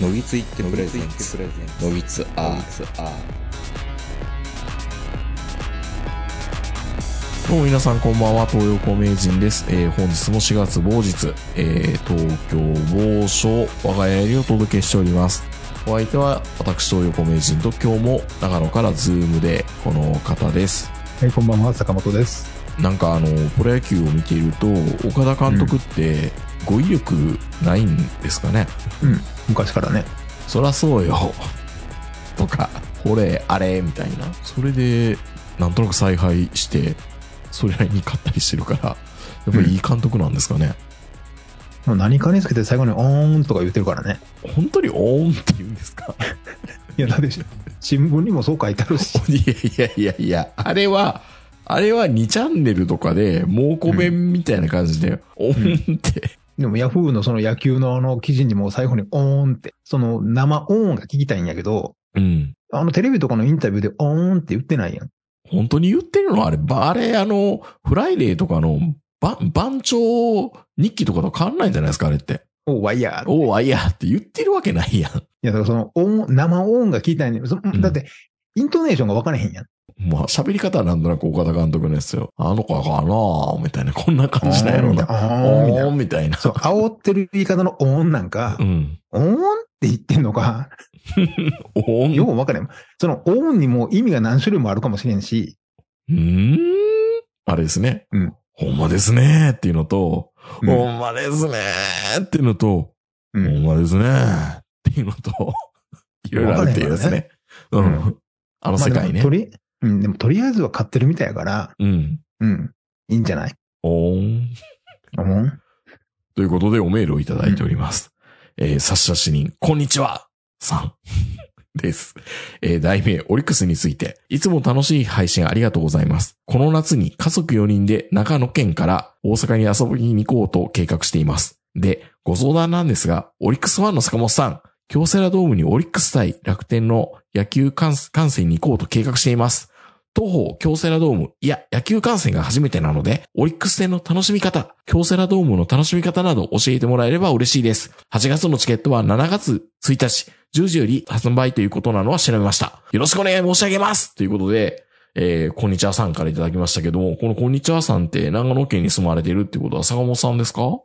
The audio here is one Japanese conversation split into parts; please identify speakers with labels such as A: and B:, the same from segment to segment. A: のぎついってプレゼンツのぎつアー
B: どうも皆さんこんばんは、東横名人です。えー、本日も4月某日、えー、東京某所我が家よりお届けしております。お相手は私、東横名人と今日も長野からズームでこの方です。
C: はい、こんばんは、坂本です。
B: なんかあの、プロ野球を見ていると、岡田監督って語彙力ないんですかね、
C: 昔からね。
B: そらそうよ。とか、これ、あれ、みたいな。それで、なんとなく采配して、それなりに勝ったりしてるから、やっぱりいい監督なんですかね。
C: もう何かにつけて最後に「おーん」とか言ってるからね。
B: 本当にオーンって言うんですか
C: いや、だって新聞にもそう書いてあるし。
B: いやいやいやいや、あれは、あれは2チャンネルとかで、猛虎弁みたいな感じで、オーンって。
C: でもヤフーのその野球のあの記事にも最後に「おーん」って、その生「おーん」が聞きたいんやけど、
B: うん。
C: あのテレビとかのインタビューで「おーん」って言ってないやん。
B: 本当に言ってるのあれ、ばあれ、あの、フライデーとかの、ば番長日記とかと変わんないんじゃないですか、あれって。
C: おーわいやー。い
B: おう、あ、いや、って言ってるわけないやん。
C: や、だからそのおーん生「おーん」が聞きたいねんその
B: ん
C: だって、イントネーションが分からへんやん。
B: まあ、喋り方はなんとなく岡田監督のやつよ。あの子はかなみたいな、こんな感じだよ
C: おーんみた
B: な。
C: いな。おーんみ
B: おー
C: たいな。
B: んみたいな。
C: そう、煽ってる言い方の「おーん」なんか
B: う、ん。
C: 「おーん」って言ってんのか、
B: おーん
C: よう分からへん。その「おーん」にも意味が何種類もあるかもしれんし、
B: うーん。あれですね。
C: うん
B: ほんまですねーっていうのと、
C: うん
B: ほんまですねーっていうのと、
C: うん
B: ほんまですねーっていうの と、いろいろあるっていうやつね。う
C: かんないからね
B: ん。あの世界ね
C: まあでもと。り、うん、でもとりあえずは買ってるみたいやから、
B: うん。
C: うん、いいんじゃない
B: おーん。
C: うん
B: ということでおメールをいただいております。えー、差し差し人、こんにちはさん。 です。えー、題名、オリックスについて、いつも楽しい配信ありがとうございます。この夏に家族4人で長野県から大阪に遊びに行こうと計画しています。で、ご相談なんですが、オリックスファンの坂本さん、京セラドームにオリックス対楽天の野球観観戦に行こうと計画しています。東方京セラドーム、いや、野球観戦が初めてなので、オリックス戦の楽しみ方、京セラドームの楽しみ方など教えてもらえれば嬉しいです。8月のチケットは7月1日、10時より発売ということなのは調べました。よろしくお願い申し上げますということで、えー、こんにちはさんからいただきましたけども、このこんにちはさんって長野県に住まれてるってことは坂本さんですか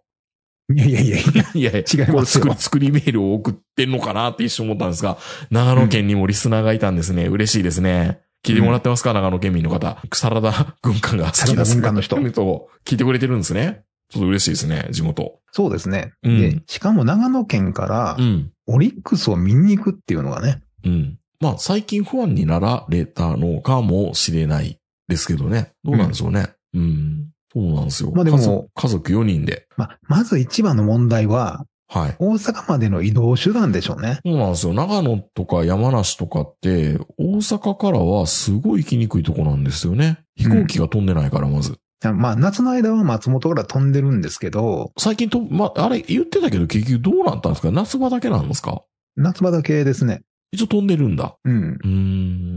C: いやいやいやいや、
B: いやいや、
C: 違い
B: これ
C: ます
B: 作り、
C: よ。
B: 作りメールを送ってんのかなって一瞬思ったんですが、長野県にもリスナーがいたんですね。嬉しいですね。聞いてもらってますか、長野県民の方。サラダ軍艦が好きです
C: サラダ軍艦の人
B: 聞いてくれてるんですね。ちょっと嬉しいですね、地元。
C: そうですね、
B: うん
C: で。しかも長野県から
B: うん。
C: オリックスを見に行くっていうのがね、
B: うん。まあ、最近不安になられたのかもしれないですけどね。どうなんでしょうね。うん。そうなんですよ。
C: まあでも
B: 家族、家族4人で。
C: まあ、まず一番の問題は、
B: はい。
C: 大阪までの移動手段でしょうね。
B: そうなんですよ。長野とか山梨とかって、大阪からはすごい行きにくいとこなんですよね。飛行機が飛んでないから、まず。
C: まあ、夏の間は松本から飛んでるんですけど、
B: 最近と、まあ、あれ言ってたけど結局どうなったんですか夏場だけなんですか
C: 夏場だけですね。
B: 一応飛んでるんだ。
C: うん。
B: うー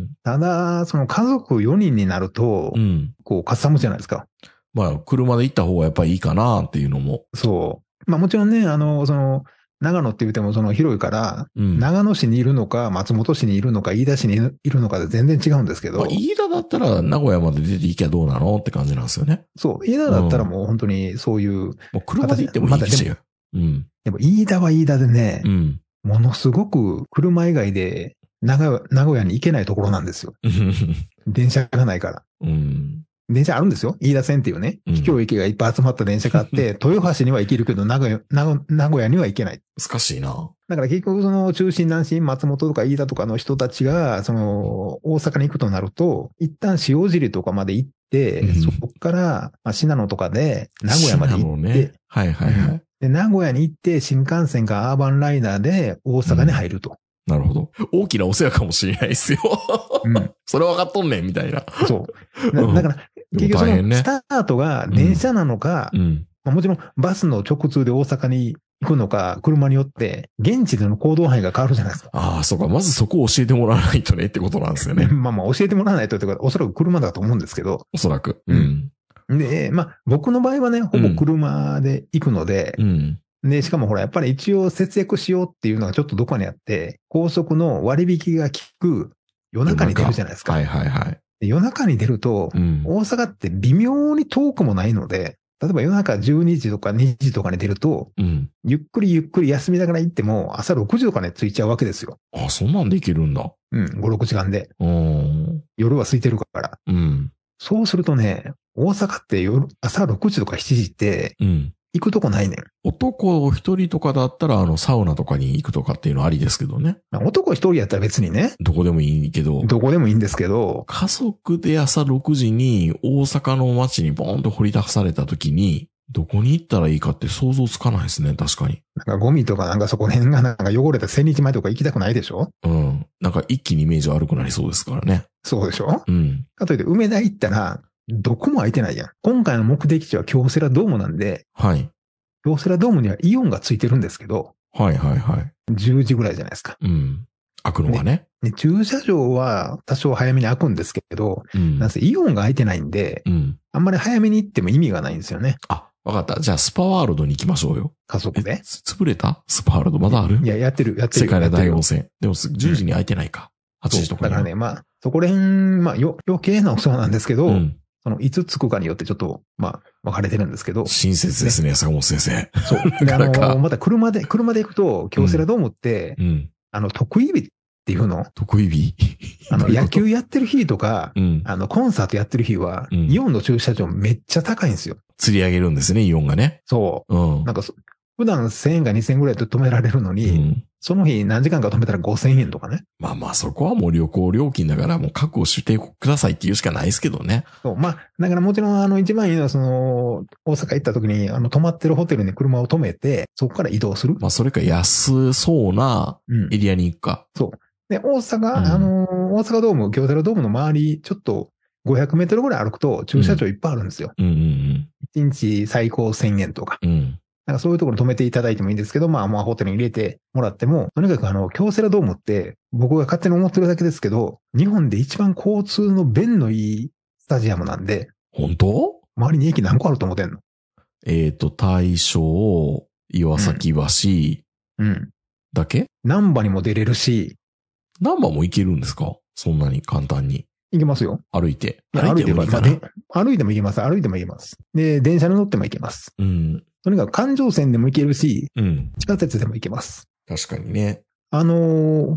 B: ん。
C: ただ、その家族4人になると
B: う、ん。
C: こう、かさむじゃないですか。
B: まあ、車で行った方がやっぱりいいかなっていうのも。
C: そう。まあ、もちろんね、あの、その、長野って言ってもその広いから、
B: うん。ま
C: 長野市にいるのか、松本市にいるのか、飯田市にいるのかで全然違うんですけど
B: あ、、飯田だったら名古屋まで出て行きゃどうなのって感じなんですよね。
C: そう、飯田だったらもう本当にそういう、
B: もう車で行ってもいいし。うん。
C: でも飯田は飯田でね
B: う、ん。
C: ものすごく車以外で長屋名古屋に行けないところなんですよ。電車がないから。
B: うん。
C: 電車あるんですよ。飯田線っていうね、
B: うん
C: 秘境駅がいっぱい集まった電車があっ て、豊橋には行けるけど名古屋、名古名古屋には行けない。
B: 難しいな。
C: だから結局その中心南進松本とか飯田とかの人たちが、その大阪に行くとなると、一旦塩尻とかまで行って、
B: うん
C: そこからまあ信濃とかで名古屋まで行
B: 信濃
C: って、
B: ね。はいはいはい。
C: うんで、名古屋に行って新幹線かアーバンライナーで大阪に入ると。
B: なるほど。大きなお世話かもしれないですよ。
C: うん
B: それ分かっとんねん、みたいな。
C: そう。
B: うん
C: なだから、
B: で
C: 結
B: も
C: 局そ
B: 大変
C: の
B: ね
C: スタートが電車なのか、
B: うん。
C: まあもちろんバスの直通で大阪に行くのか、車によって現地での行動範囲が変わるじゃないですか。
B: ああ、そうか。まずそこを教えてもらわないとねってことなんですよ ね。
C: まあまあ教えてもらわないとというか、おそらく車だと思うんですけど、
B: おそらく。うん。
C: で、まあ、僕の場合はね、ほぼ車で行くので、
B: うん。
C: で、しかもほら、やっぱり一応節約しようっていうのがちょっとどこかにあって、高速の割引が効く夜中に出るじゃないですか。
B: はいはいはい。
C: で夜中に出ると、
B: うん。
C: 大阪って微妙に遠くもないので、例えば夜中12時とか2時とかに出ると、
B: うん。
C: ゆっくりゆっくり休みながら行っても、朝6時とかね、着いちゃうわけですよ。
B: あ、そんなんできるんだ。
C: うん、5、6時間で。
B: うん。
C: 夜は空いてるから。
B: うん。
C: そうするとね、大阪って夜、朝6時とか7時って、
B: うん。
C: 行くとこないねん。
B: 男を一人とかだったら、あの、サウナとかに行くとかっていうのはありですけどね。
C: まあ男一人やったら別にね、
B: どこでもいいけど、
C: どこでもいいんですけど、
B: 家族で朝6時に大阪の街にボーンと掘り出された時に、どこに行ったらいいかって想像つかないですね、確かに。
C: なんかゴミとかなんかそこら辺がなんか汚れた千日前とか行きたくないでしょ
B: うん。なんか一気にイメージ悪くなりそうですからね。
C: そうでしょ
B: うん。
C: かといって梅田行ったら、どこも空いてないやん。今回の目的地は京セラドームなんで、
B: はい。
C: 京セラドームにはイオンがついてるんですけど、
B: はいはいはい。
C: 10時ぐらいじゃないですか。
B: うん。開くのがね。
C: で駐車場は多少早めに開くんですけど、
B: うん
C: なん。せイオンが空いてないんで、
B: うん。
C: あんまり早めに行っても意味がないんですよね。
B: あ、わかった。じゃあスパワールドに行きましょうよ。
C: 家族
B: え
C: で、。
B: つ潰れたスパワールドまだある
C: いや、やってる、やってる。
B: 世界の大
C: やっ
B: 温
C: て
B: 泉。でもす10時に空いてないか。8
C: る
B: 時とか
C: だ
B: に
C: か
B: は
C: らね、まあ、そこら辺、まあ、よ余計なお世話なんですけど、
B: うん。
C: その、いつ着くかによってちょっと、まあ、分かれてるんですけ ど、
B: 親切ですね、坂本先生。
C: そう。で、あ
B: なかなか
C: の、また車で、車で行くと、京セラドームって、
B: うん。
C: あの、得意日っていうの
B: 得意日
C: あ
B: ど
C: の、
B: ういうこと
C: 野球やってる日とか、
B: うん。
C: あの、コンサートやってる日は、
B: うん
C: イオンの駐車場めっちゃ高いんですよ。
B: 釣り上げるんですね、イオンがね。
C: そ
B: うん
C: う。な。んかそ、普段1000円か2000円ぐらいで止められるの
B: う
C: に、
B: ん。
C: その日何時間か止めたら5000円とかね。
B: まあまあ、そこはもう旅行料金だから、もう確保してくださいっていうしかないですけどね。
C: そう。まあ、だからもちろん、あの、一番いいのは、その、大阪行った時に、あの、泊まってるホテルに車を止めて、そこから移動する。
B: まあ、それか安そうな
C: うん。
B: エリアに行くか。
C: で、大阪、
B: ん
C: あの、大阪ドーム、京セラドームの周り、ちょっと、500メートルぐらい歩くと、駐車場いっぱいあるんですよ。
B: うんうん
C: 1日最高1000円とか。
B: うん。うん。
C: なんかそういうところに止めていただいてもいいんですけど、まあまあホテルに入れてもらっても、とにかくあの、京セラドームって、僕が勝手に思ってるだけですけど、日本で一番交通の便のいいスタジアムなんで、
B: 本当
C: 周りに駅何個あると思ってんの
B: えっ、と、大正、岩崎橋
C: うん。
B: だけ
C: 難波にも出れるし、
B: 難波も行けるんですかそんなに簡単に。
C: 行けますよ。
B: 歩いて。
C: 歩いても
B: もい
C: 行
B: い
C: けま
B: か
C: す。
B: な。
C: 歩いても行けます。歩いても行けます。で、電車に乗っても行けます。
B: うん。
C: とにかく環状線でも行けるし、
B: うん。
C: 地下鉄でも行けます。
B: 確かにね。
C: あの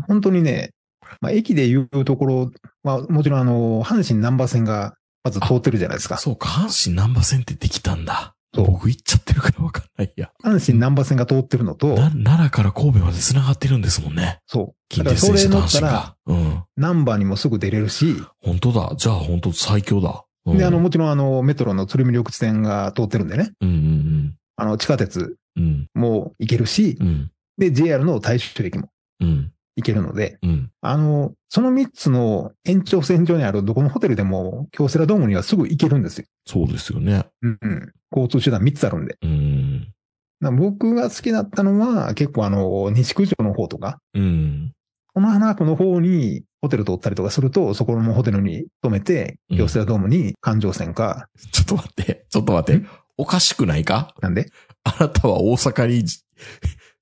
C: ー本当にね、まあ、駅で言うところは、もちろんあのー阪神南波線がまず通ってるじゃないですか。
B: そうか、阪神南波線ってできたんだ。
C: そう
B: 僕行っちゃってるからわかんないや。
C: 阪神南波線が通ってるのと、
B: な奈良から神戸まで繋がってるんですもんね。
C: そう。
B: 近
C: だか
B: 鉄
C: らそ
B: 線
C: れ
B: 車
C: 乗
B: と
C: っ
B: 阪
C: た
B: 神
C: ら、
B: が。うん。
C: 南波にもすぐ出れるし、
B: 本当だ。じゃあ本当最強だ。うん、
C: で、あの、もちろんあの、メトロの鶴見緑地線が通ってるんでね、
B: うんうん
C: あの、地下鉄
B: うん。うん。
C: も行けるし、
B: うん。
C: で、JR の大衆駅も
B: うん。
C: 行けるので、
B: うん。
C: あの、その3つの延長線上にあるどこのホテルでも、京セラドームにはすぐ行けるんですよ。
B: そうですよね。
C: うんうん。交通手段3つあるんで。
B: うん。
C: な僕が好きだったのは、結構あの、西九条の方とか、
B: うん。
C: この花区の方にホテル取ったりとかすると、そこのホテルに泊めて、
B: うん
C: 京セラドームに環状線か、
B: ちょっと待って。ちょっと待って
C: ん。
B: おかしくないか
C: なんで、
B: あなたは大阪に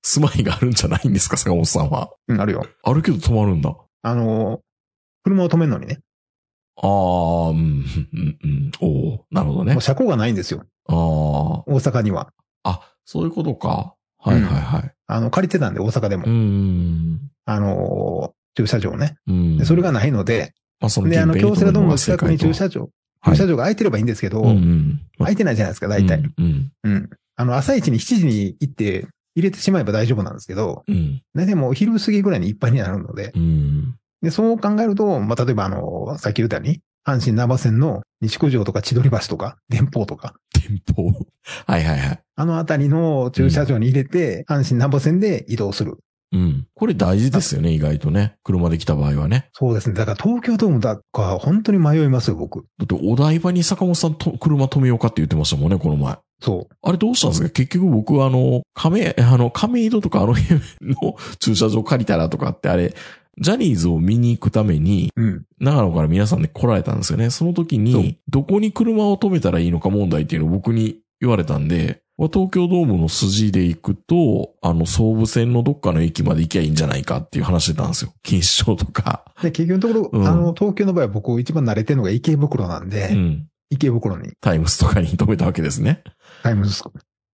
B: 住まいがあるんじゃないんですか坂本さんは。
C: うん、あるよ。
B: あるけど止まるんだ。
C: あの、車を止めるのにね、
B: ああ、うん、うん、うん。おおなるほどね
C: もう。車庫がないんですよ、
B: あ
C: 大阪には。
B: あ。あ、そういうことか。はいはいはい。
C: あの、借りてたんで、大阪でも。
B: うん。
C: あの、駐車場ね。
B: うん。
C: でそれが、ないので、
B: まあそ
C: で、あの、京セラドームの近くに駐
B: 場。
C: 車場、
B: はい
C: 駐車場が空いてればいいんですけど、
B: うんうん。
C: 空いてないじゃないですか、大体。
B: うん。うん
C: うん。あの、朝一に7時に行って、入れてしまえば大丈夫なんですけど、
B: うん。
C: 大体もう昼過ぎぐらいにいっぱいになるので、
B: うん。
C: で、そう考えると、まあ、例えばあの、さっき言ったように、阪神南波線の西九条とか千鳥橋とか、電報とか、
B: 店舗。 はいはいはい。
C: あの辺りの駐車場に入れて、阪神南波線で移動する。
B: うん。これ大事ですよね、意外とね。車で来た場合はね。
C: そうですね。だから東京ドームだか、本当に迷いますよ、僕。
B: だってお台場に坂本さんと車止めようかって言ってましたもんね、この前。
C: そう。
B: あれどうしたんですか結局僕はあの、亀、あの、亀戸とかあの辺の 駐車場借りたらとかってあれ、ジャニーズを見に行くために、
C: うん。
B: 長野から皆さんで来られたんですよね。その時
C: そう
B: に、どこに車を止めたらいいのか問題っていうのを僕に言われたんで、東京ドームの筋で行くと、あの、総武線のどっかの駅まで行きゃいいんじゃないかっていう話してたん ですよ。錦糸町とか。
C: で、結局のところ、
B: うん
C: あの、東京の場合は僕一番慣れてるのが池袋なんで、
B: うん。
C: 池袋に
B: タイムスとかに止めたわけですね。
C: タイムズ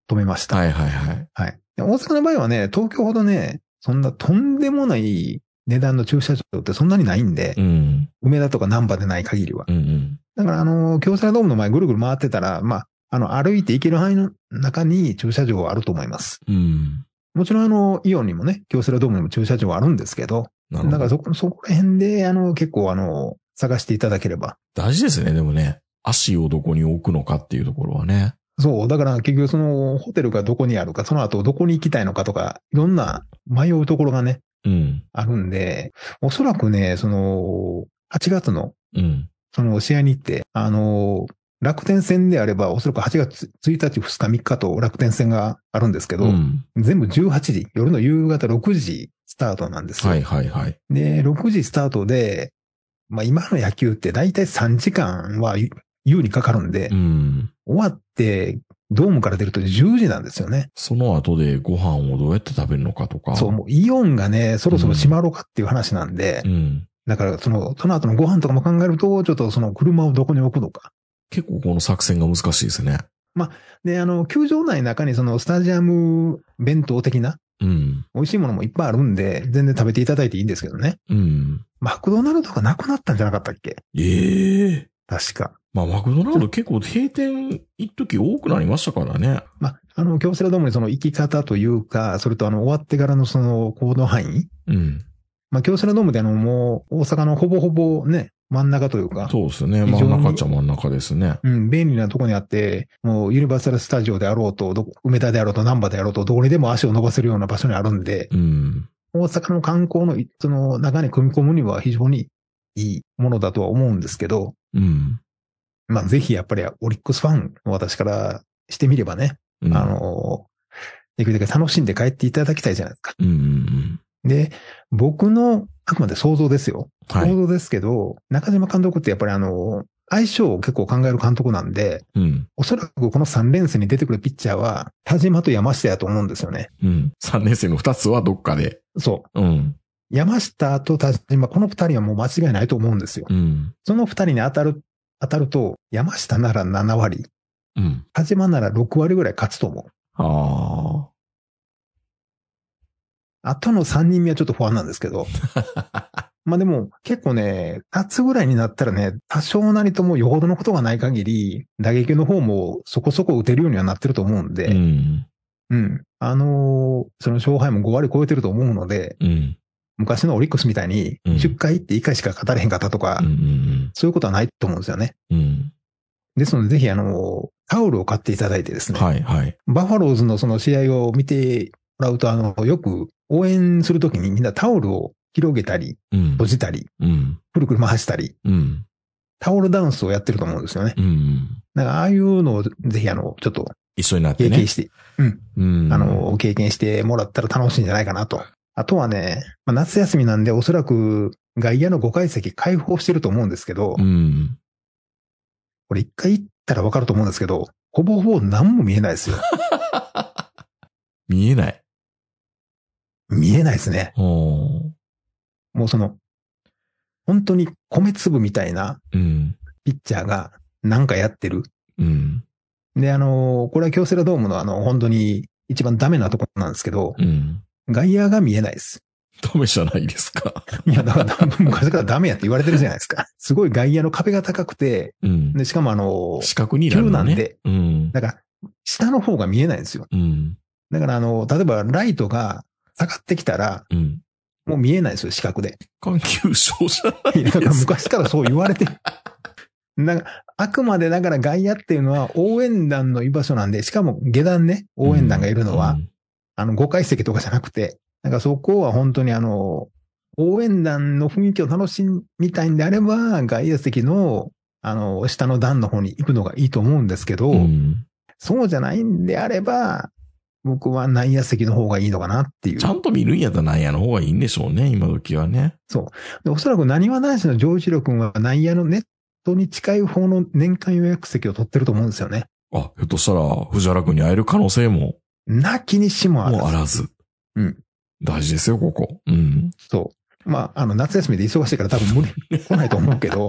C: 止めました。
B: はいはいはい。
C: はい。で大阪の場合はね、東京ほどね、そんなとんでもない値段の駐車場ってそんなにないんで、
B: うん。
C: 梅田とか難波でない限りは。
B: うんうん。
C: だから、あの、京セラドームの前ぐるぐる回ってたら、まあ、あの、歩いて行ける範囲の中に駐車場はあると思います。
B: うん。
C: もちろん、あの、イオンにもね、京セラドームにも駐車場はあるんですけど、
B: なるほ
C: だか
B: ど
C: ら。そこ、そこら辺で、あの、結構、あの、探していただければ。
B: 大事ですね、でもね。足をどこに置くのかっていうところはね。
C: そう、だから結局そのホテルがどこにあるか、その後どこに行きたいのかとか、いろんな迷うところがね、
B: うん。
C: あるんで、おそらくね、その、8月の
B: うん。
C: その試合に行って、あの、楽天戦であれば、おそらく8月1日、2日、3日と楽天戦があるんですけど、
B: ん。
C: 全部18時、夜の夕方6時スタートなんですよ。
B: はいはいはい。
C: で、6時スタートで、まあ今の野球って大体3時間は優優にかかるんで、
B: うん。
C: 終わって、ドームから出ると10時なんですよね。
B: その後でご飯をどうやって食べるのかとか。
C: そう、もうイオンがね、そろそろ閉まろうかっていう話なんで、
B: うん。
C: だからその、その後のご飯とかも考えると、ちょっとその車をどこに置くのか。
B: 結構この作戦が難しいですね。
C: で、あの、球場内の中にそのスタジアム弁当的な
B: うん。
C: 美味しいものもいっぱいあるんで、全然食べていただいていいんですけどね。
B: うん。
C: マクドナルドがなくなったんじゃなかったっけ
B: ええ
C: 確か。
B: まあ、マクドナルド結構閉店一時多くなりましたからね。
C: まあ、あの、京セラドームにその行き方というか、それとあの、終わってからのその行動範囲。
B: うん。
C: まあ、京セラドームであの、もう大阪のほぼほぼね、真ん中というか、
B: そうですね。
C: 非常
B: 真
C: に
B: ん中っちゃ真ん中ですね。
C: うん、便利なとこにあって、もうユニバーサルスタジオであろうと、どこ梅田であろうと、難波であろうと、どこにでも足を伸ばせるような場所にあるんで、
B: うん。
C: 大阪の観光のいその中に組み込むには非常にいいものだとは思うんですけど、
B: うん。
C: まあぜひやっぱりオリックスファンの私からしてみればね、
B: うん
C: あ、の、できるだけ楽しんで帰っていただきたいじゃないですか。
B: うんうんうん。
C: で、僕のあくまで想像ですよ。
B: は
C: 想
B: い。
C: 像ですけど、中島監督ってやっぱりあの、相性を結構考える監督なんで、
B: うん。
C: おそらくこの3連戦に出てくるピッチャーは、田島と山下やと思うんですよね。
B: うん。3年生の2つはどっかで。
C: そう。
B: うん。
C: 山下と田島、この2人はもう間違いないと思うんですよ。
B: うん。
C: その2人に当たる、当たると、山下なら7割、
B: うん。
C: 田島なら6割ぐらい勝つと思う。
B: あ
C: あとの3人目はちょっと不安なんですけど。まあでも、結構ね、夏ぐらいになったらね、多少なりともよほどのことがない限り、打撃の方もそこそこ打てるようにはなってると思うん
B: あ。
C: で、
B: う
C: うん。
B: ん。
C: あのーその勝敗も5割超えてると思うので、
B: うん。
C: 昔のオリックスみたいに、
B: うん
C: 10回って1回しか勝たれへんかったとか、
B: うん。うん
C: そういうことはないと思うんですよね。
B: うん。うん。
C: ですので、ぜひ、あの、タオルを買っていただいてですね、
B: はいはい。
C: バファローズのその試合を見てもらうと、あの、よく応援するときにみんなタオルを広げたり、
B: うん
C: 閉。じたり、
B: うん。
C: くるくる回したり、
B: うん。
C: タオルダンスをやってると思うんですよね。
B: うん。
C: だから、ああいうのをぜひ、あの、ちょっと
B: 一緒になっ
C: 経
B: てね
C: 験。して、
B: うん。
C: あの、、経験してもらったら楽しいんじゃないかなと。あとはね、まあ夏休みなんでおそらく外野の5階席開放してると思うんですけど、
B: うん。
C: これ一回行ったらわかると思うんですけど、ほぼほぼ何も見えない ですよ。
B: 見えない。
C: 見えないですね。
B: おー
C: もうその、本当に米粒みたいな
B: うん。
C: ピッチャーがなんかやってる。
B: うん。
C: で、あの、これは京セラドームのあの、本当に一番ダメなとこなんですけど、
B: うん。
C: 外野が見えないです。
B: ダメじゃないですか。
C: いや、だから 昔からダメやって言われてるじゃないですか。 すごい外野の壁が高くて、
B: うん。
C: で、しかもあの、
B: 四角になるのね。
C: 急なんで
B: うん。
C: だから、下の方が見えないんですよ。
B: うん。
C: だからあの、例えばライトが下がってきたら、
B: うん。
C: もう見えないですよ、四 角で。
B: 環境症じゃない
C: や、だから
B: です
C: 昔からそう言われてる。 なんかあくまでだから外野っていうのは応援団の居場所なんで、しかも下段ね、応援団がいるのは、あの5階席とかじゃなくて、なんかそこは本当にあの、応援団の雰囲気を楽しみたいんであれば、外野席の、あの、下の段の方に行くのがいいと思うんですけど、
B: うん。うん
C: そうじゃないんであれば、僕は内野席の方がいいのかなっていう
B: ち。ゃんと見るんやったらなんやの方がいいんでしょうね、今時はね。
C: でおそらく何わ男子の上一郎君は内野のネットに近い方の年間予約席を取ってると思うんですよね。
B: あ、ひょっとしたら、藤原くんに会える可能性も、
C: なきにしもあら
B: もうあ
C: ず。
B: らず。
C: うん。
B: 大事ですよ、ここ。うん。
C: そう。まあ、あの、夏休みで忙しいから多分無理、来ないと思うけど。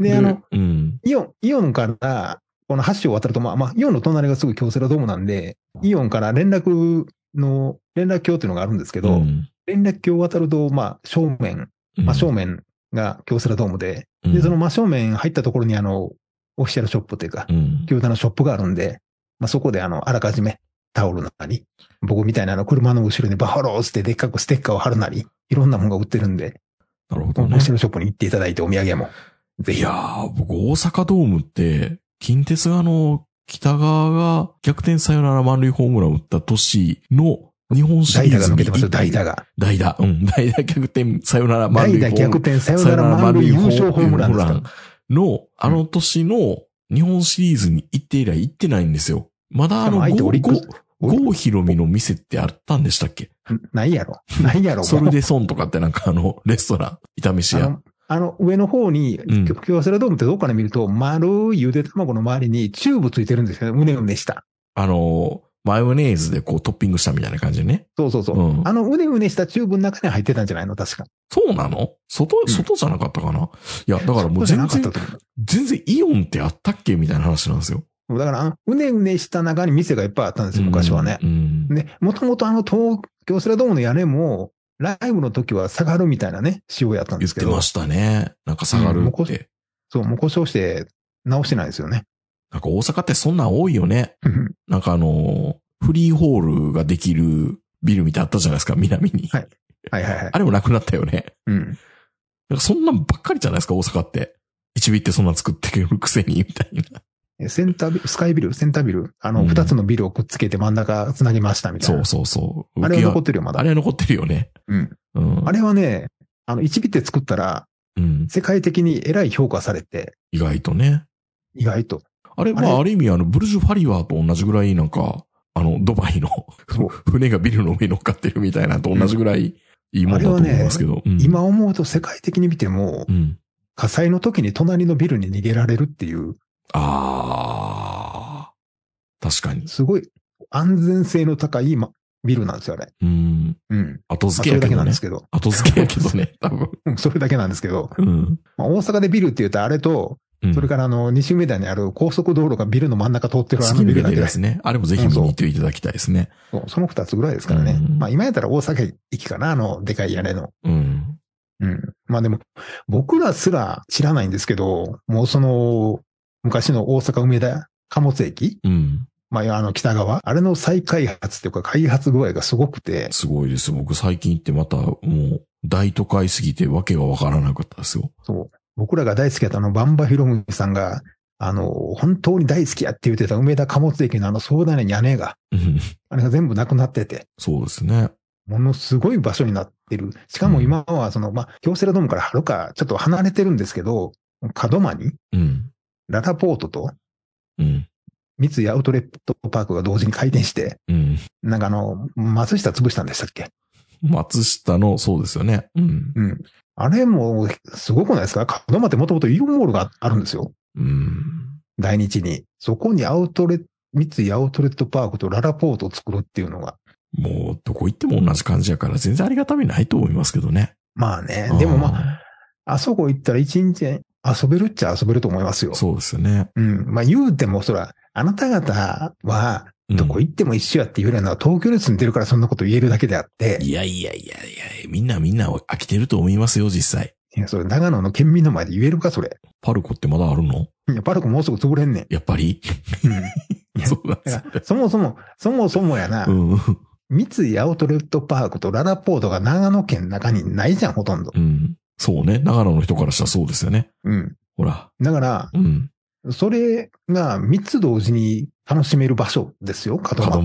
C: で、あの、、
B: うん。
C: イオン、イオンから、この橋を渡ると、まあ、まあ、イオンの隣がすぐ京セラドームなんで、イオンから連絡の、連絡橋っていうのがあるんですけど、
B: うん、
C: 連絡橋を渡ると、まあ、正面、真正
B: 面
C: 面が京セラドームで、で、その、真正面入ったところに、あの、オフィシャルショップというか
B: う、ん。
C: 球団のショップがあるんで、まあ、そこで、あの、あらかじめ、タオルなり、僕みたいなあの車の後ろにバファローズってでっかくステッカーを貼るなり、いろんなものが売ってるんで、
B: なるほ
C: オ
B: ど
C: フ
B: ね
C: ィ。シャルショップに行っていただいてお土産も、ぜ
B: い
C: ひ。
B: やー、僕、大阪ドームって、近鉄側の北側が逆転サヨナラ満塁ホームランを打った年の日本シ
C: 代
B: リー
C: 打が
B: ズ
C: 抜
B: に
C: けてますよ、代打が。
B: 代打。うん。 代打逆転サヨナラ満塁ホ
C: 代打
B: ーム
C: 逆転サヨナラ満塁優勝ホームランですか。
B: の、あの年の日本シリーズに行って以来行ってないんですよ。まだあの、
C: しかも相手
B: ゴ
C: オリックス
B: ー、ゴーヒロミの店ってあったんでしたっけ
C: ないやろ。 ないやろ。
B: ソル
C: もう
B: デソンとかってなんかあの、レストラン、炒飯
C: あ
B: 屋。
C: の、あの上の方に
B: うん、
C: 京セラドームってどこから見ると、丸いゆで卵の周りにチューブついてるんですよね。うねうねした。
B: あの、マヨネーズでこうトッピングしたみたいな感じでね。
C: そうそうそうう。
B: ん。
C: あのうねうねしたチューブの中に入ってたんじゃないの確か。
B: そうなの外、
C: ん
B: 外じゃなかったかな、いや、だからもう
C: そうじゃ
B: 全
C: なか
B: 然、
C: ったと思う。
B: 全然イオンってあったっけみたいな話なんですよ。
C: だから、あのうねうねした中に店がいっぱいあったんですよ、昔はね
B: う。ん。
C: で、もともとあの東京セラドームの屋根も、ライブの時は下がるみたいなね、仕様やったんで
B: 言っ
C: すけ
B: て
C: ど
B: ま、したね。なんか下が
C: うん
B: る
C: もうこ
B: って。
C: そう、もう故障して直してないですよね。
B: なんか大阪ってそんなん多いよね。
C: うん
B: なんかあのー、フリーホールができるビルみたいあったじゃないですか、南に。
C: はいはいはいはい
B: あ。れもなくなったよね。
C: うん。
B: なんかそんなんばっかりじゃないですか、大阪って。一尾ってそんなん作ってくるくせに、みたいな。
C: えセンタービル、スカイビル、センタービル、あ
B: う
C: の、
B: ん
C: 二つのビルをくっつけて真ん中つなげましたみたい
B: そ
C: な。
B: うそうそう。
C: あれは残
B: 浮
C: ってるよ、ま
B: 世
C: だ。
B: あれは残ってるよね。
C: うん。
B: うん。
C: あれはね、あの、1ビって作ったら、
B: うん。
C: 世界的にえらい評価されて、
B: 意外とね。
C: 意外と。
B: あれ、ま
C: あ
B: あ、
C: れ
B: ある意味、あの、ブルジュ・ファリワーと同じぐらい、なんか、あの、ドバイの
C: そ う
B: 船がビルの上に乗っかってるみたいなのと同じぐらいいいもんだと思いますけど。うん
C: 今、思うと世界的に見ても
B: う、ん。
C: 火災の時に隣のビルに逃げられるっていう、
B: あー。確かに。
C: すごい安全性の高い、ま、ビルなんですよ、あれ。
B: うん。
C: うん。
B: 後
C: ま
B: 付
C: あ、そ
B: け
C: れ
B: や
C: だ
B: け
C: け
B: ど
C: なんで
B: ね
C: す。けど。
B: 後付けや けどね、多分。
C: うん、それだけなんですけど。
B: うん。
C: まあ、大阪でビルって言うと、あれと、
B: うん、
C: それからあの、西梅田にある高速道路がビルの真ん中通ってるあ
B: 月
C: の
B: に出
C: ビルだ
B: てる
C: けで
B: や
C: す
B: つね。あれもぜひ見に行っていただきたいですね。
C: そうその二つぐらいですからね。
B: うん
C: まあ今やったら大阪駅かな、あの、でかい屋根の。
B: うん。
C: うん。まあでも、僕らすら知らないんですけど、もうその、昔の大阪梅田貨物駅
B: うん。
C: まあ、あの、北側あれの再開発っていうか、開発具合がすごくて、
B: すごいです。僕最近行ってまた、もう、大都会すぎてわけがわからなかったですよ。
C: そう。僕らが大好きだったあの、バンバヒロムさんが、あの、本当に大好きやって言ってた梅田貨物駅のあの壮大な屋根が、
B: うん
C: あれが全部なくなってて、
B: そうですね。
C: ものすごい場所になってる。しかも今は、その、まあ、京セラドームからはるか、ちょっと離れてるんですけど、門間に、
B: うん。
C: ララポートと
B: うん。
C: 三井アウトレットパークが同時に開店して、
B: うん。
C: なんかあの、松下潰したんでしたっけ
B: 松下の、そうですよね。うん。
C: うん。あれも、すごくないですか門間ってもともとイオンモールがあるんですよ。
B: うん。
C: 来日に。そこにアウトレ三井アウトレットパークとララポートを作るっていうのが。
B: もう、どこ行っても同じ感じやから、全然ありがたみないと思いますけどね。
C: まあね、でもまあ、
B: あ
C: あそこ行ったら一日遊べるっちゃ遊べると思いますよ
B: ー。。そうですよね。
C: うん。まあ言うても、そら、あなた方は、
B: うん
C: どこ行っても一緒やって言えるのは東京に住んでるからそんなこと言えるだけであって、
B: いやいやいやいや、みんなみんな飽きてると思いますよ、実際。
C: いや、それ長野の県民の前で言えるか、それ。
B: パルコってまだあるの
C: いや、パルコもうすぐ潰れんねん。
B: やっぱり
C: いや
B: そうなんです
C: だ
B: よ
C: から、そもそも、そもそもやな、
B: うん。
C: 三井アウトレットパークとララポートが長野県の中にないじゃん、ほとんど。
B: うん。そうね。長野の人からしたらそうですよね。
C: うん。
B: ほら。
C: だから、
B: うん。
C: それが三つ同時に楽しめる場所ですよ、門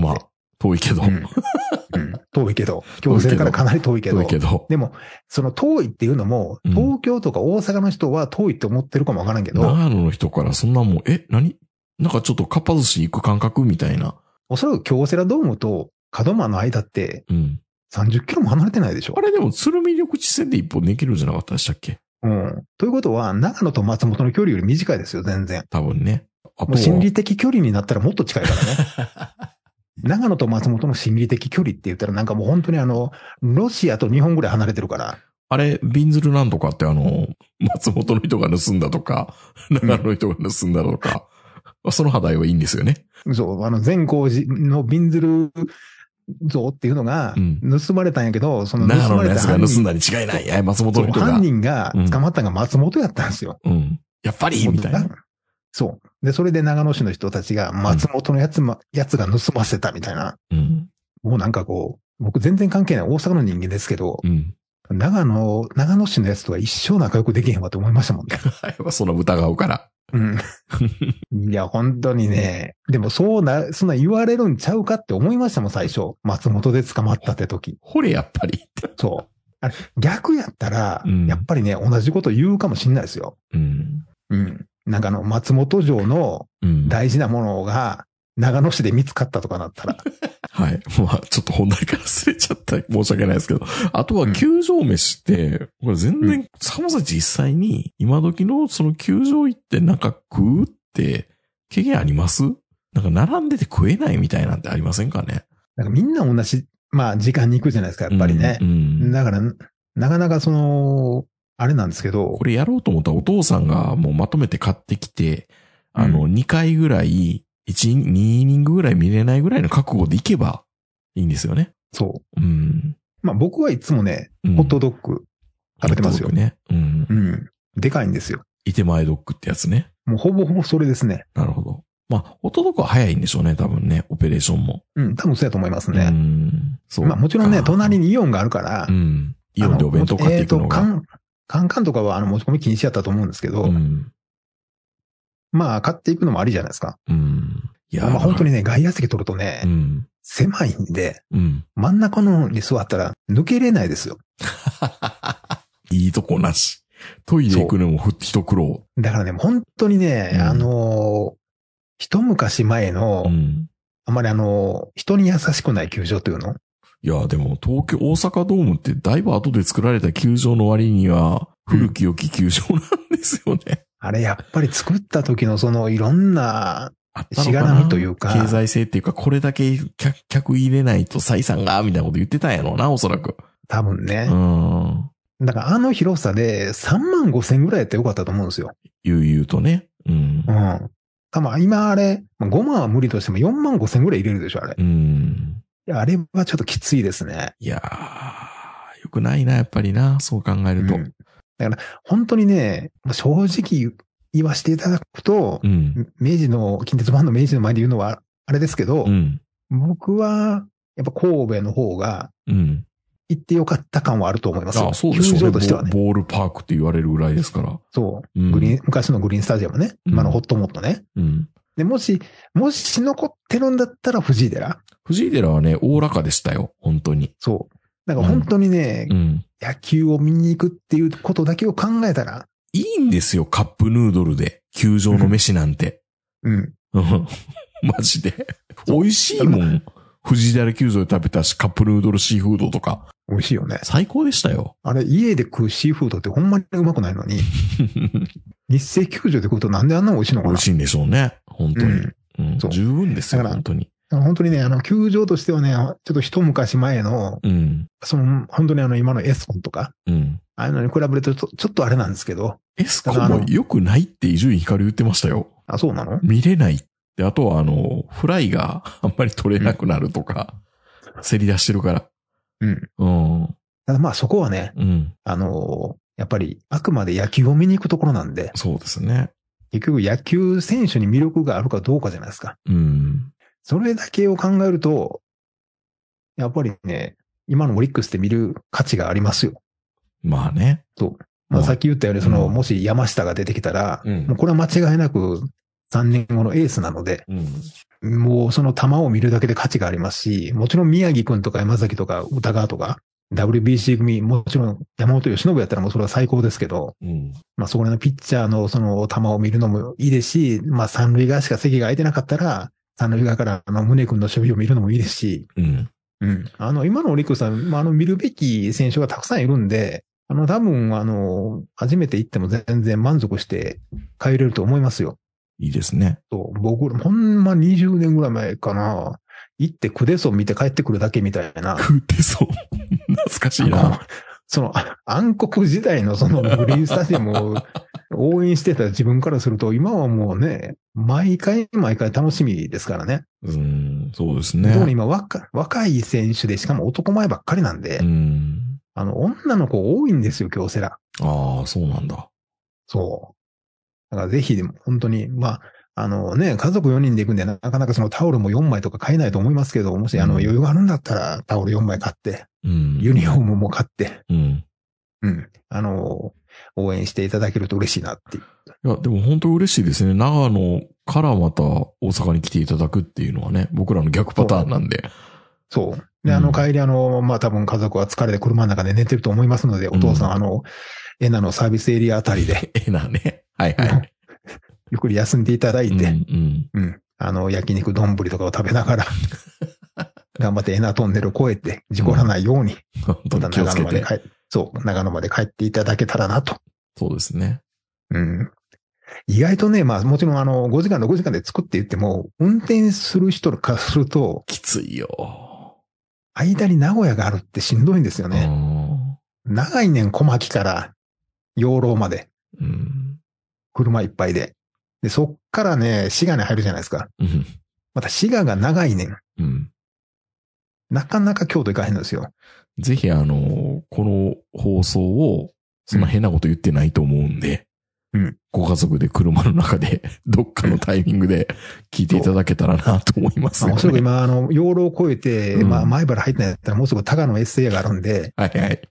B: 門
C: 間っ
B: 間
C: て。。
B: 遠いけど。
C: うん。うん遠いけど。京成からかなり遠いけど。
B: 遠いけど。
C: でも、その遠いっていうのも、
B: うん
C: 東京とか大阪の人は遠いって思ってるかもわからんけど、
B: 長野の人からそんなもん、え、何なんかちょっとかっぱ寿司行く感覚みたいな。
C: おそらく京セラドームと門間の間って
B: うん。
C: 30キロも離れてないでしょ
B: あ。れでも、鶴見緑地線で一本できるんじゃなかったでしたっけ
C: うん。ということは、長野と松本の距離より短いですよ、全然。
B: 多分ね。あと
C: もう心
B: は、
C: 理的距離になったらもっと近いからね。 長野と松本の心理的距離って言ったらなんかもう本当にあの、ロシアと日本ぐらい離れてるから。
B: あれ、ビンズルなんとかってあの、 松本の人が盗んだとか、長野の人が盗んだとか、その話題はいいんですよね。
C: そう、あの、善光寺のびんずる像っていうのが
B: うん、
C: 盗まれたんやけど、その
B: 長
C: 盗
B: 野
C: ま
B: の
C: れ
B: や
C: た
B: つが
C: 犯
B: 盗ん
C: 人
B: だに違いない。え松本
C: そう
B: の人が
C: 犯。人が捕まったのが松本やったんですよ。
B: うん。やっぱりみたいな。
C: そう。で、それで長野市の人たちが、松本のやつま、やつが盗ませたみたいな。
B: うん。
C: もうなんかこう、僕全然関係ない大阪の人間ですけど
B: う、ん。
C: 長野、長野市のやつとは一生仲良くできへんわと思いましたもんね。
B: やっぱその疑うから。
C: うん。 いや、本当にね。でもそうな、そんな言われるんちゃうかって思いましたもん、最初。松本で捕まったって時。
B: ほれ、やっぱりって。
C: そう。あれ、逆やったら、
B: うん
C: やっぱりね、同じこと言うかもしんないですよ。
B: うん。
C: うん。なんかあの、松本城の
B: うん。
C: 大事なものが、長野市で見つかったとかなったら、
B: はい。 まあ、ちょっと本題から忘れちゃった。申し訳ないですけど。あとは、球場飯って、これ全
C: う
B: 然、坂本さん実際に、今時のその球場行ってなんか食うって、経験ありますなんか並んでて食えないみたいなんてありませんかね
C: なんかみんな同じ、まあ時間に行くじゃないですか、やっぱりね
B: う。んうん
C: だから、なかなかその、あれなんですけど
B: こ、れやろうと思ったらお父さんがもうまとめて買ってきて、あの、
C: う
B: 2回ぐらい、1、2イニングぐらい見れないぐらいの覚悟でいけばいいんですよね。
C: そう。
B: うん。
C: まあ僕はいつもね、
B: うん
C: ホットドッグ食べてますよ
B: ホットドッグ。ね。うん
C: う。ん。でかいんですよ。
B: いてまえドッグってやつね。
C: もうほぼほぼそれですね。
B: なるほど。まあ、ホットドッグは早いんでしょうね、多分ね、オペレーションも。
C: うん、多分そうやと思います
B: う
C: ね。
B: ん。そう。
C: まあもちろんね、隣
B: に。
C: にイオンがあるから
B: う、ん。イオンでお弁当買っていくの
C: あ
B: が。
C: えーと、カンカンカンとかはあの持ち込み禁止やったと思うんですけど、
B: うん。
C: まあ買っていくのもありじゃないですか。
B: うん。いや、
C: まあ本当
B: に。
C: にね、外野席取るとね、
B: うん。
C: 狭いんで、
B: うん。
C: 真ん中の方に座ったら抜けれないですよ。
B: いいとこなし。トイレ行くのもふ一苦労。
C: だからね、本当にね、
B: うん
C: あのー一昔前の、
B: うん。
C: あまりあのー人に優しくない球場というの
B: いや、でも東京、大阪ドームってだいぶ後で作られた球場の割には、古き良き球場なんですよね。
C: あれやっぱり作った時のそのいろんな、
B: あったの
C: しが
B: からな
C: みというか
B: 経済性っていうか、これだけ客客入れないと採算が、みたいなこと言ってたんやろうな、おそらく。
C: 多分ね
B: う、ん。
C: だからあの広さで3万5千ぐらいやってよかったと思うんですよ。
B: 悠々とね。うん
C: う。ん。多分今あれ、まあ5万は無理としても4万5千ぐらい入れるでしょ、あれ。
B: うん。
C: いやあれはちょっときついですね。
B: いやー、よくないな、やっぱりな、そう考え
C: う
B: ると。うん
C: ん。だから本当にね、まあ正直言わせていただくと。、
B: うん。
C: 明治の、近鉄ファンの明治の前で言うのはあれですけど、
B: うん。
C: 僕は、やっぱ神戸の方が
B: うん。
C: 行ってよかった感はあると思いますよ。
B: あそうでしょうね
C: 球場としてはね。
B: ボボールパークって言われるぐらいですから。
C: そう。
B: うん
C: グリーン、昔のグリーンスタジアムね。
B: うん
C: 今のホットモットね。
B: うん。
C: で、もし、もし残ってるんだったら藤井寺。
B: 藤井寺はね、おおらかでしたよ、本当に。
C: そう。だから本当にね、
B: うん。
C: 野球を見に行くっていうことだけを考えたら、
B: いいんですよ、カップヌードルで。球場の飯なんて。
C: うん。
B: うんマジで。美味しいもん。藤井寺球場で食べたし、カップヌードルシーフードとか。
C: 美味しいよね。
B: 最高でした よ。
C: あれ、家で食うシーフードってほんまにうまくないのに、日清球場で食うとなんであんな美味しいのか
B: 美
C: な
B: 味。しいんでしょうね。本当に。
C: うん
B: うん
C: そう
B: 十分ですよ、
C: だから
B: 本当に。
C: だから本当にね、あの、球場としてはね、ちょっと一昔前の、
B: うん。
C: その、本当にあの、今のエスコンとか、
B: うん。
C: ああいうのに比べるとちょちょっとあれなんですけど。
B: エスコも良くないって伊集院光言ってましたよ。
C: あ、そうなの
B: 見れないって。あとは、あの、フライが あんまり取れなくなるとか、競り出してるから。
C: うん。
B: うん。
C: ただまあそこはね、
B: うん。
C: あのーやっぱりあくまで野球を見に行くところなんで、
B: そうですね。
C: 結局野球選手に魅力があるかどうかじゃないですか。
B: うん。
C: それだけを考えると、やっぱりね、今のオリックスって見る価値がありますよ。
B: まあね。
C: まあ、
B: うん
C: さっき言ったように、その、
B: うん
C: もし山下が出てきたら、
B: うん
C: もうこれは間違いなく3年後のエースなので、
B: うん。
C: もうその球を見るだけで価値がありますし、もちろん宮城くんとか山崎とか歌川とか、WBC 組、もちろん山本由伸やったらもうそれは最高ですけど、
B: うん。
C: まあそこら辺のピッチャーのその球を見るのもいいですし、まあ三塁側しか席が空いてなかったら、三塁側からあの宗くんの守備を見るのもいいですし、
B: うん。
C: うん。あの、今のオリックスさん、まあ、あの、見るべき選手がたくさんいるんで、あの、多分、あの、初めて行っても全然満足して帰れると思いますよ。
B: いいですね。
C: そう、僕ら、ほんま20年ぐらい前かな、行ってクデソン見て帰ってくるだけみたいな。
B: 食ってそう。懐かしい
C: なん
B: な。
C: かそのあ暗黒時代のそのグリーンスタジアムを応援してた自分からすると、今はもうね、毎回毎回楽しみですからね。
B: うん、そうです
C: 特に
B: ね。
C: 今若若い選手で、しかも男前ばっかりなんで、
B: うん。
C: あの、女の子多いんですよ、京セラ。
B: ああ、そうなんだ。
C: そう。だからぜひ、でも本当に、まあ、あのね、家族4人で行くんで、なかなかそのタオルも4枚とか買えないと思いますけど、もしあの
B: うん
C: 余裕があるんだったら、タオル4枚買って、
B: うん。
C: ユニフォームも買って、
B: うん。
C: うん、あの、応援していただけると嬉しいなっていう。
B: いや、でも本当嬉しいですね。長野からまた大阪に来ていただくっていうのはね、僕らの逆パターンなんで。
C: そう。
B: うん
C: で、あの、帰り、あの、まあ、多分家族は疲れて車の中で寝てると思いますので、お父さん、
B: うん
C: あの、エナのサービスエリアあたりで、
B: ええなね。はいはい。
C: ゆっくり休んでいただいて、
B: うんうん。
C: うん、あの、焼肉丼とかを食べな がら、頑張ってエナトンネルを越えて、事故らないように、
B: 本当に気をつけ
C: まで
B: て。
C: 帰そう、長野まで帰っていただけたらなと。
B: そうですね。
C: うん。意外とね、まあ、もちろん、あの、5時間の5時間で作って言っても、運転する人からすると、
B: きついよ。
C: 間に名古屋があるってしんどいんですよね。長い年小牧から養老まで
B: うん。うん。
C: 車いっぱいで。で、そっからね、滋賀に入るじゃないですか。
B: うん。
C: また滋賀が長い年。
B: うん。
C: なかなか京都行かへんのですよ。
B: ぜひあの、この放送を、そんな変なこと言ってないと思うんで、
C: うん
B: ご家族で車の中で、 どっかのタイミングで聞いていただけたらなと思います
C: まあ、
B: よ
C: おそらく
B: ね。
C: 今、あの、養老を越えて、
B: うん
C: まあ、前原入ってないんだったら、もうすぐ高野 SA があるんで、
B: はいはい。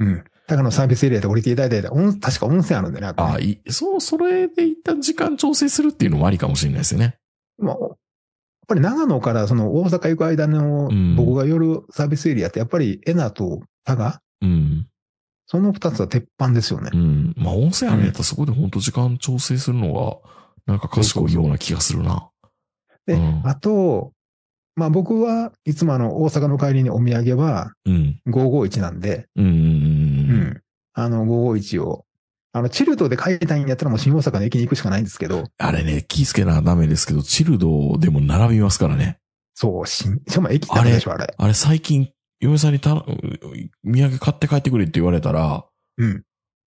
C: うん。高野サービスエリアで降りていただいて、温確か温泉あるんでね。
B: ああ、いい。そう、それで一旦時間調整するっていうのもありかもしれないですよね。
C: まあ、やっぱり長野からその大阪行く間の
B: うん、
C: 僕が夜サービスエリアって、やっぱりエナとタガ、
B: うん。
C: その二つは鉄板ですよね
B: う。ん。まあ、温泉あるやったらそこで本当時間調整するのが、なんか賢いような気がするな。
C: で
B: うん、
C: あと、まあ僕はいつもあの大阪の帰りにお土産は
B: うん。
C: 551なんで、
B: うん。うん
C: う。ん。あの551を、あのチルドで買いたいんやったらもう新大阪の駅に行くしかないんですけど、
B: あれね、気ぃつけなダメですけど、チルドでも並びますからね。
C: そう、新、しかも駅なんでしょ、あれ。
B: あれ最近、嫁さんにたの、土産買って帰ってくれって言われたら、
C: うん。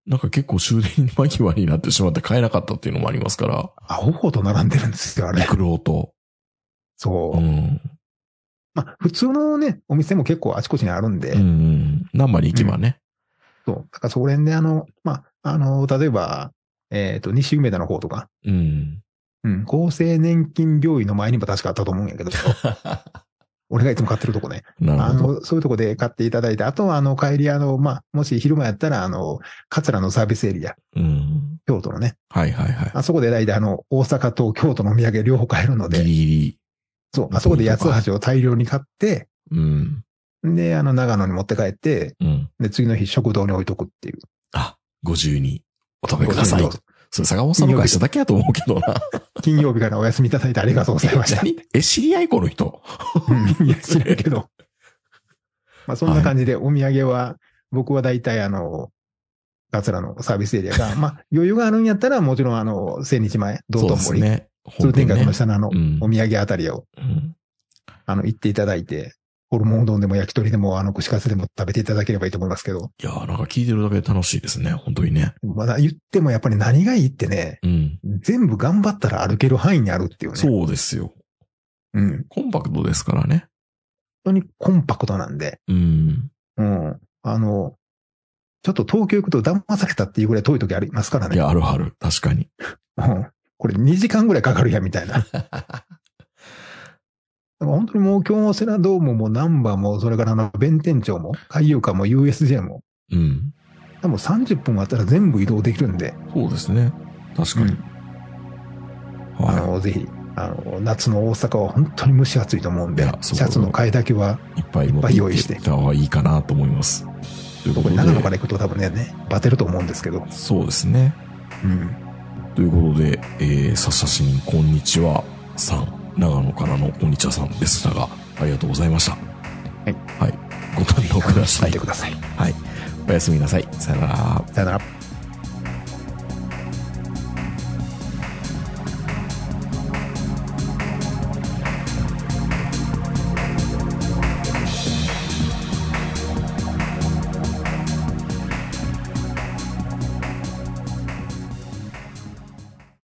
B: なんか結構終電間際になってしまって買えなかったっていうのもありますから、
C: アホほど並んでるんですよ、あれ。
B: 陸路と。
C: そうう。
B: ん。
C: まあ普通のね、お店も結構あちこちにあるんで、
B: うんうん。何まで行けばね。
C: そう。だからそこら辺であの、まあ、あの、例えば、えっ、と、西梅田の方とか、
B: うん。
C: うん、厚生年金病院の前にも確かあったと思うんやけ ど、俺がいつも買ってるとこね。
B: な
C: あ
B: るほど。
C: の、そういうとこで買っていただいて、あとは、あの、帰り、あの、まあ、もし昼間やったら、あの、桂のサービスエリア、
B: うん。
C: 京都のね、
B: はいはいは
C: あそこで大体、あの、大阪と京都のお土産両方買えるの
B: い。ギ
C: で、
B: リギ
C: そう、あそこで八つ橋を大量に買って、
B: リ。うん。
C: で、あの、長野に持って帰って、
B: うん。
C: で、次の日食堂に置いとくっていう。
B: あ、ご自由にお食べください
C: ご自由にどうぞ。
B: それ坂本さんの会社だけやと思うけどな。
C: 金曜日からお休みいただいてありがとうございました。
B: 何 え、知り合いこの人。
C: うん いや、知らんけど。まあ、そんな感じで、お土産は、僕は大体、あの、ガツラのサービスエリア が、まあ、余裕があるんやったら、もちろん、あの、千日前、道
B: そう
C: 頓
B: です
C: 堀、
B: ね。
C: 通天
B: 本当
C: 閣
B: に
C: の
B: ね
C: 下のあの、
B: うん
C: お土産あたりを、
B: うん
C: あの、行っていただいて、ホルモンうどんでも焼き鳥でも、あの、串カツでも食べていただければいいと思いますけど、
B: いやーなんか聞いてるだけで楽しいですね。本当にね。
C: まだ言ってもやっぱり何がいいってね、
B: うん。
C: 全部頑張ったら歩ける範囲にあるっていうね。う。
B: そうですよ。
C: ん。
B: コンパクトですからね。
C: 本当にコンパクトなんで、
B: うん。
C: うん。あの、ちょっと東京行くと騙されたっていうぐらい遠い時ありますからね。
B: いや、あるある。確かに。
C: うんこれ2時間ぐらいかかるや、みたいな。 だから本当にもう京セラドームもナンバーも、それからあの弁天町も、海遊館も USJ も、
B: うん。
C: 多分30分あったら全部移動できるんで、
B: そうですね。確かに。
C: あ
B: は
C: の、ぜひ、あの、夏の大阪は本当に蒸し暑いと思うん
B: い
C: で、シ
B: やそう
C: ャツの替えだけは、
B: い。いっぱい持
C: いっぱい用意して
B: いった方がいいかなと思います。ということ
C: これ
B: で。
C: 長野から行くと多分ね、ね、バテると思うんですけど、
B: そうですね。
C: うん。
B: ということで、えー、さっさしにこんにちはさん、長野からのこんにちはさんでしたが、ありがとうございました。はい。はい。ご堪能ください
C: 見て。ください。
B: はい。おやすみなさい。さよなら。
C: さよなら。